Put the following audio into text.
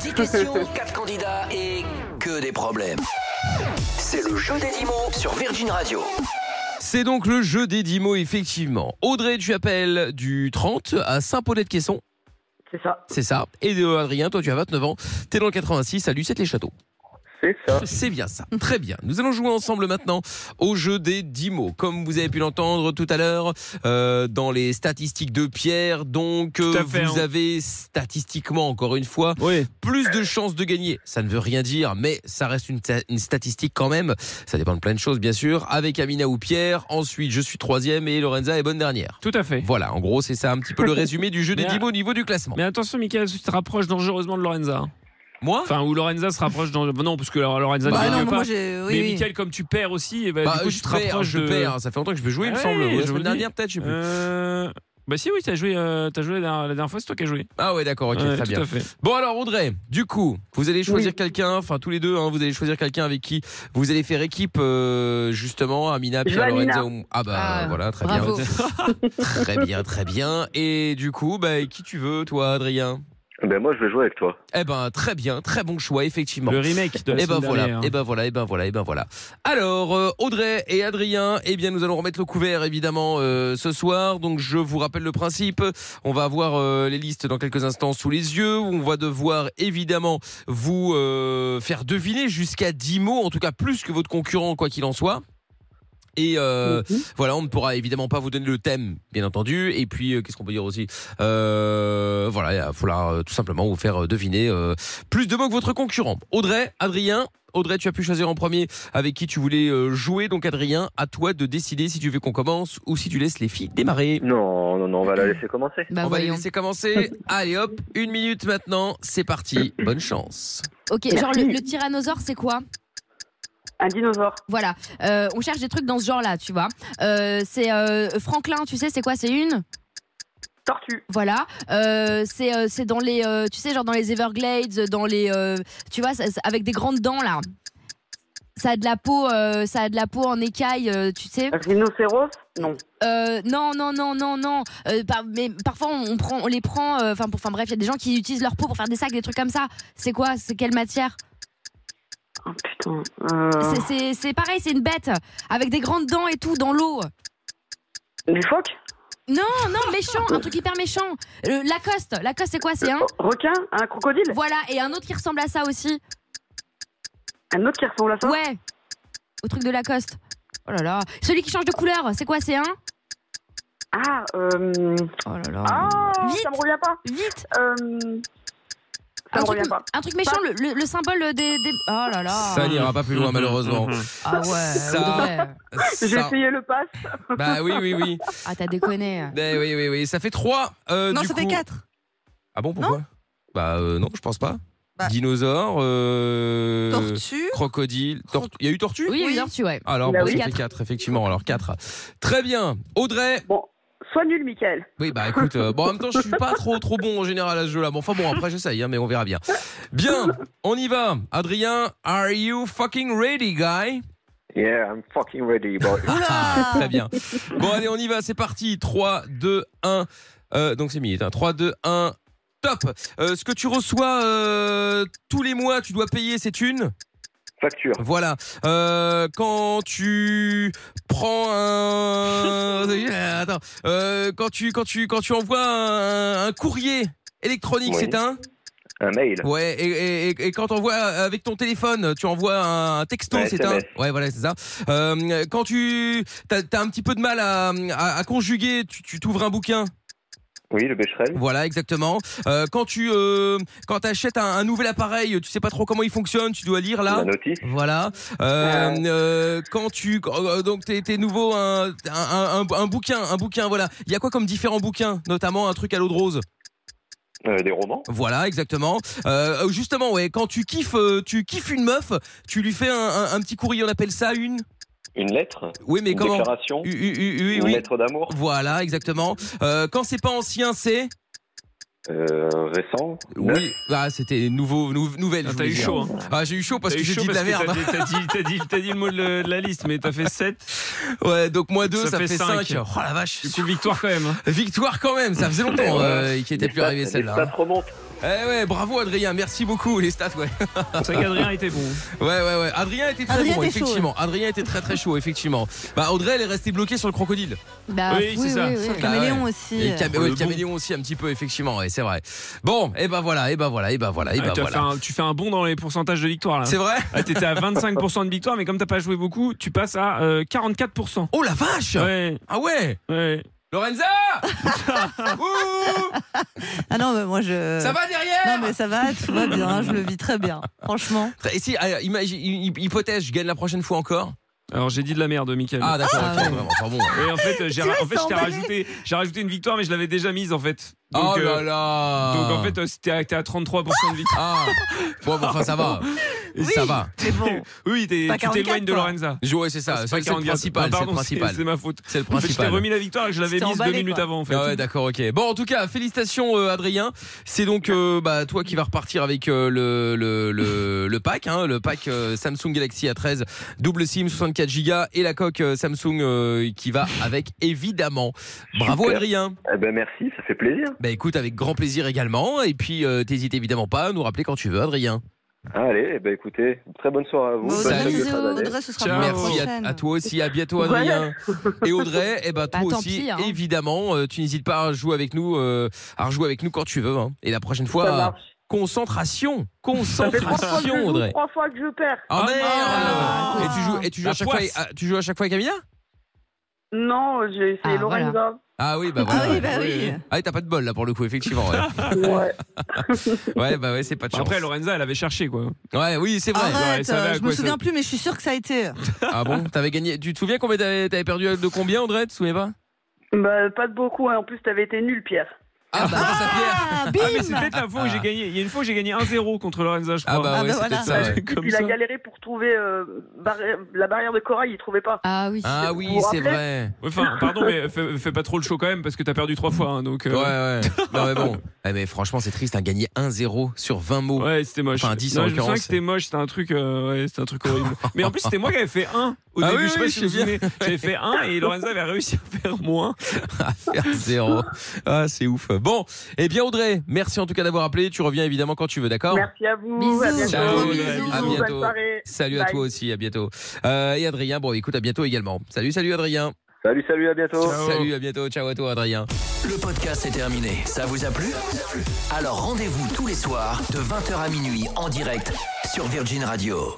10 questions, 4 candidats et que des problèmes. C'est le jeu des 10 mots sur Virgin Radio. C'est donc le jeu des 10 mots, effectivement. Audrey, tu appelles du 30 à Saint-Paulet-de-Caisson. C'est ça. C'est ça. Et de Adrien, toi tu as 29 ans, t'es dans le 86 à Lucette les Châteaux. C'est ça. C'est bien ça. Très bien. Nous allons jouer ensemble maintenant au jeu des 10 mots. Comme vous avez pu l'entendre tout à l'heure euh, dans les statistiques de Pierre, donc euh, à fait, vous hein. avez statistiquement, encore une fois, Oui. plus de chances de gagner. Ça ne veut rien dire, mais ça reste une, ta- une statistique quand même. Ça dépend de plein de choses, bien sûr. Avec Amina ou Pierre, ensuite je suis troisième et Lorenza est bonne dernière. Tout à fait. Voilà, en gros, c'est ça un petit peu le résumé du jeu des Mais, 10 mots au niveau du classement. Mais attention, Michael, tu te rapproches dangereusement de Lorenza. hein. Moi Enfin, ou Lorenza se rapproche dangereusement. Non, parce que Lorenza Bah ne Bah gagne non, pas. moi j'ai. mais Oui, oui. Michael, comme tu perds aussi, eh ben, Bah, du coup, je tu te perds, rapproches je de. perds. Ça fait longtemps que je veux jouer, il me Ouais, semble. je La vous semaine le dernière, peut-être, je sais plus. Euh, Bah si, oui, t'as joué, euh, t'as joué la, dernière- la dernière fois, c'est toi qui as joué. Ah ouais, d'accord, ok, Ouais, très tout bien. à fait. Bon alors Audrey, du coup, vous allez choisir quelqu'un, enfin tous les deux, hein, vous allez choisir quelqu'un avec qui vous allez faire équipe, euh, justement, Amina, Je Pierre, veux Amina. Lorenzo. ou- Ah bah Ah, voilà, très Bravo. bien, très bien, très bien. Et du coup, bah qui tu veux, toi, Adrien Ben moi je vais jouer avec toi. Eh ben très bien, très bon choix, effectivement. Le remake de la Et ben semaine voilà, dernière. hein. et ben voilà, et ben voilà, et ben voilà. Alors euh, Audrey et Adrien, eh bien nous allons remettre le couvert évidemment euh, ce soir. Donc je vous rappelle le principe. On va avoir euh, les listes dans quelques instants sous les yeux. On va devoir évidemment vous euh, faire deviner jusqu'à 10 mots, en tout cas plus que votre concurrent quoi qu'il en soit. Et euh, voilà, on ne pourra évidemment pas vous donner le thème, bien entendu. Et puis, euh, qu'est-ce qu'on peut dire aussi euh, Voilà, il va falloir euh, tout simplement vous faire euh, deviner euh, plus de mots que votre concurrent. Audrey, Adrien, Audrey, tu as pu choisir en premier avec qui tu voulais euh, jouer. Donc, Adrien, à toi de décider si tu veux qu'on commence ou si tu laisses les filles démarrer. Non, non, non, on va la laisser commencer. Bah Ah, on va les voyons. laisser commencer. Allez hop, une minute maintenant, c'est parti. Bonne chance. Ok, genre le, le tyrannosaure, c'est quoi Un dinosaure. Voilà. Euh, on cherche des trucs dans ce genre-là, tu vois. Euh, c'est euh, Franklin, tu sais, c'est quoi C'est une Tortue. Voilà. Euh, c'est euh, c'est dans les. euh, tu sais, genre dans les Everglades, dans les. euh, tu vois, ça- ça- avec des grandes dents, là. Ça a de la peau, euh, ça a de la peau en écaille, euh, tu sais. Un rhinocéros Non. Euh, non, non, non, non, non. Euh, par- mais parfois on, on prend, on les prend. euh, Enfin, pour- enfin bref, il y a des gens qui utilisent leur peau pour faire des sacs, des trucs comme ça. C'est quoi C'est quelle matière Oh putain. Euh, C'est- C'est c'est pareil, c'est une bête avec des grandes dents et tout dans l'eau. Des phoques Non, non, méchant, un truc hyper méchant. Euh, Lacoste, Lacoste, c'est quoi C'est un. Oh, Requin Un crocodile Voilà, et un autre qui ressemble à ça aussi. Un autre qui ressemble à ça Ouais, au truc de Lacoste. Oh là là, celui qui change de couleur, c'est quoi C'est un Ah, euh... Oh là là. ah Vite. ça me revient pas. Vite, Euh... Ça un me truc, revient pas. un truc méchant, le, le- le symbole des, des- Oh là Ah. là. Ça n'ira pas plus loin, malheureusement. Mhm. Ah ouais. Ça- ouais. J'ai Ça- essayé le pass. Bah oui, oui, oui. Ah t'as déconné. Eh oui, oui, oui. Ça fait euh, 3. non, ça fait 4. Ah bon, pourquoi Bah euh, non, je pense pas. Bah. Dinosaure, euh, Tortue. crocodile, tortue. Il y a eu tortue Oui, Oui. oui, tu ouais. Alors, Bah bon, oui. ça fait 4, effectivement. Alors, 4. Très bien. Audrey. Bon, sois nul, Michael. Oui, bah écoute, euh, bon, en même temps, je suis pas trop, trop bon en général à ce jeu-là. Bon, enfin bon, après, j'essaye, hein, mais on verra bien. Bien, on y va. Adrien, are you fucking ready, guy Yeah, I'm fucking ready, boy. Ah, Très bien. Bon, allez, on y va, c'est parti. 3, 2, 1. Euh, donc, c'est minutes. 3, 2, 1. Top. Euh, ce que tu reçois euh, tous les mois, tu dois payer, c'est une Facture. Voilà. Euh, quand tu prends un, Euh, attends, Euh, quand tu quand tu quand tu envoies un, un courrier électronique, Oui. c'est un. Un mail. Ouais. Et, et, et- et quand t'envoies avec ton téléphone, tu envoies un texto, Un c'est un. SMS. Ouais, voilà, c'est ça. Euh, quand tu t'as as un petit peu de mal à, à, à conjuguer, tu tu t'ouvres un bouquin. Oui, le Becherel. Voilà, exactement. Euh, quand tu euh, quand t'achètes un, un nouvel appareil, tu sais pas trop comment il fonctionne, tu dois lire là. La notice. Voilà. Euh, euh, quand tu quand- euh, donc t'es t'es nouveau un, un, un, un bouquin un bouquin voilà. Il y a quoi comme différents bouquins, notamment un truc à l'eau de rose. Euh, des romans. Voilà exactement. Euh, justement ouais, quand tu kiffes euh, tu kiffes une meuf, tu lui fais un, un, un petit courrier, on appelle ça une. Une lettre. Oui mais une comment déclaration. U- u- u- Oui une oui. lettre d'amour. Voilà exactement. Euh, quand c'est pas ancien c'est Euh, récent. neuf. oui ah c'était nouveau nou- nouvelle. Ah, je T'as voulais eu dire. chaud. hein. Ah j'ai eu chaud parce T'as que eu j'ai chaud dit de parce la que merde. T'as dit, t'as dit, t'as dit le mot de, le- de la liste, mais t'as fait 7. Ouais donc moi deux ça, Ça fait fait cinq. 5 Oh la vache. Du coup, victoire quand même. hein. Victoire quand même, ça faisait longtemps Ouais. euh, qu'il était Les plus arrivé stats- les celle-là. stats remontent. Eh ouais, bravo Adrien, merci beaucoup les stats, ouais. C'est vrai qu'Adrien était bon. Ouais, ouais, ouais. Adrien était très Adrien bon, était chaud, effectivement. Adrien était très très chaud, effectivement. Bah, Audrey, elle est restée bloquée sur le crocodile. Bah, Oui, c'est ça. Bah Caméléon Et aussi. cam- ouais, le caméléon aussi, un petit peu, effectivement, ouais, c'est vrai. Bon, et ben voilà, et ben voilà, et ben voilà, et Ah, ben tu as voilà. fait un- tu fais un bond dans les pourcentages de victoire là. C'est vrai Ah, T'étais à 25% de victoire, mais comme t'as pas joué beaucoup, tu passes à euh, 44%. Oh la vache Ouais, Ah ouais ouais. Lorenza Ouh Ah non, mais moi je. Ça va Non, derrière mais ça va, tout va bien, je le vis très bien. Franchement. Et si, ah, imagine, hy- hypothèse, je gagne la prochaine fois encore Alors j'ai dit de la merde, Michael. Ah d'accord, Ah ok, ouais. vraiment, enfin bon. Et en fait, euh, j'ai Tu ra- vas en fait, je t'ai s'emballer. rajouté, j'ai rajouté une victoire, mais je l'avais déjà mise en fait. Donc, oh euh, là là donc en fait, euh, c'était à- t'es à 33% de victoire. Ah Bon, bon, enfin ça va. Ça va. Mais bon, Oui, t'es- Pas tu t'éloignes 44, de quoi. Lorenza. Ouais, c'est ça, pas c'est c'est le 44. principal, Ah, c'est le pardon, c'est principal. c'est ma faute. C'est le En fait, je t'ai principal. remis la victoire et je l'avais C'était mise deux emballé, minutes quoi. avant en fait. Ah ouais, d'accord, ok. Bon, en tout cas, félicitations euh, Adrien. C'est donc euh, bah, toi qui vas repartir avec euh, le, le, le, le pack, hein, le pack euh, Samsung Galaxy A13, double SIM, 64 Go et la coque euh, Samsung euh, qui va avec, évidemment. Bravo Super. Adrien. Eh ben merci, ça fait plaisir. Bah écoute, avec grand plaisir également. Et puis, euh, t'hésites évidemment pas à nous rappeler quand tu veux, Adrien. Allez, eh ben écoutez, très bonne soirée à vous. Bon, bonne salut. Audrey, fête de bisous, fin d'année. Audrey, ce sera Ciao. pour la Merci à, prochaine. à toi aussi. À bientôt, Ouais. Adrien. Et Audrey, eh ben, Bah, toi tant aussi, pis, hein. évidemment. euh, tu n'hésites pas à jouer avec nous, euh, à rejouer avec nous quand tu veux. hein. Et la prochaine fois, Ça marche. concentration, Ça fait trois fois que je concentration, joue, Audrey. trois fois que je perds. Ah merde Ah. Et tu joues, et tu joues La à chaque fois, poisse. ah, tu joues à chaque fois avec Camilla Non, j'ai- c'est Ah, Lorenza. Ah oui, bah Ah voilà. oui, bah oui. Ah oui, t'as pas de bol là pour le coup, effectivement. Ouais, Ouais. Ouais, bah ouais, c'est pas de Bah, chance. Après, Lorenza, elle avait cherché quoi. Ouais, oui, c'est vrai. elle Arrête, savait à euh, je quoi me ça- souviens plus, mais je suis sûre que ça a été. Ah bon T'avais gagné. Tu te souviens combien t'avais t'avais perdu de combien, Audrey Tu te souviens pas Bah, pas de beaucoup. hein. En plus, t'avais été nul, Pierre. Ah bah, grâce à Pierre. Ah, Ah, mais c'est bim peut-être la fois où j'ai gagné. Il y a une fois où j'ai gagné 1-0 contre Lorenza, je crois. Ah bah Ah ouais, bah c'est voilà. peut-être ça. ouais. C'est Et comme puis, il ça. a galéré pour trouver euh, barri- la barrière de corail, il trouvait pas. Ah oui. Ah oui, Vous vous c'est rappelez vrai. Ouais, Enfin, pardon, mais fais, fais pas trop le show quand même parce que t'as perdu trois fois. hein, donc, Ouais, euh, ouais. Non, mais bon. Eh, mais franchement, c'est triste, hein, gagner 1-0 sur 20 mots. ouais, c'était moche. Enfin, dix, en non, je me souviens l'occurrence. que c'était moche, c'était un truc, euh, ouais, c'était un truc horrible. Mais en plus, c'était moi qui avais fait 1 au Ah début. oui, je sais pas oui, si vous je vous souvenez. J'avais fait 1 et Lorenza avait réussi à faire moins. Faire zéro. Ah, c'est ouf. Bon, eh bien, Audrey, merci en tout cas d'avoir appelé. Tu reviens évidemment quand tu veux, d'accord Merci à vous. Bisous. À bientôt. Ciao, Audrey. Bisous, À bientôt. Bonne soirée. Salut à Bye. toi aussi, à bientôt. Euh, et Adrien, bon, écoute, à bientôt également. Salut, salut Adrien. Salut, salut, à bientôt. Ciao. Salut, à bientôt. Ciao à toi, Adrien. Le podcast est terminé. Ça vous a plu Alors rendez-vous tous les soirs de 20h à minuit en direct sur Virgin Radio.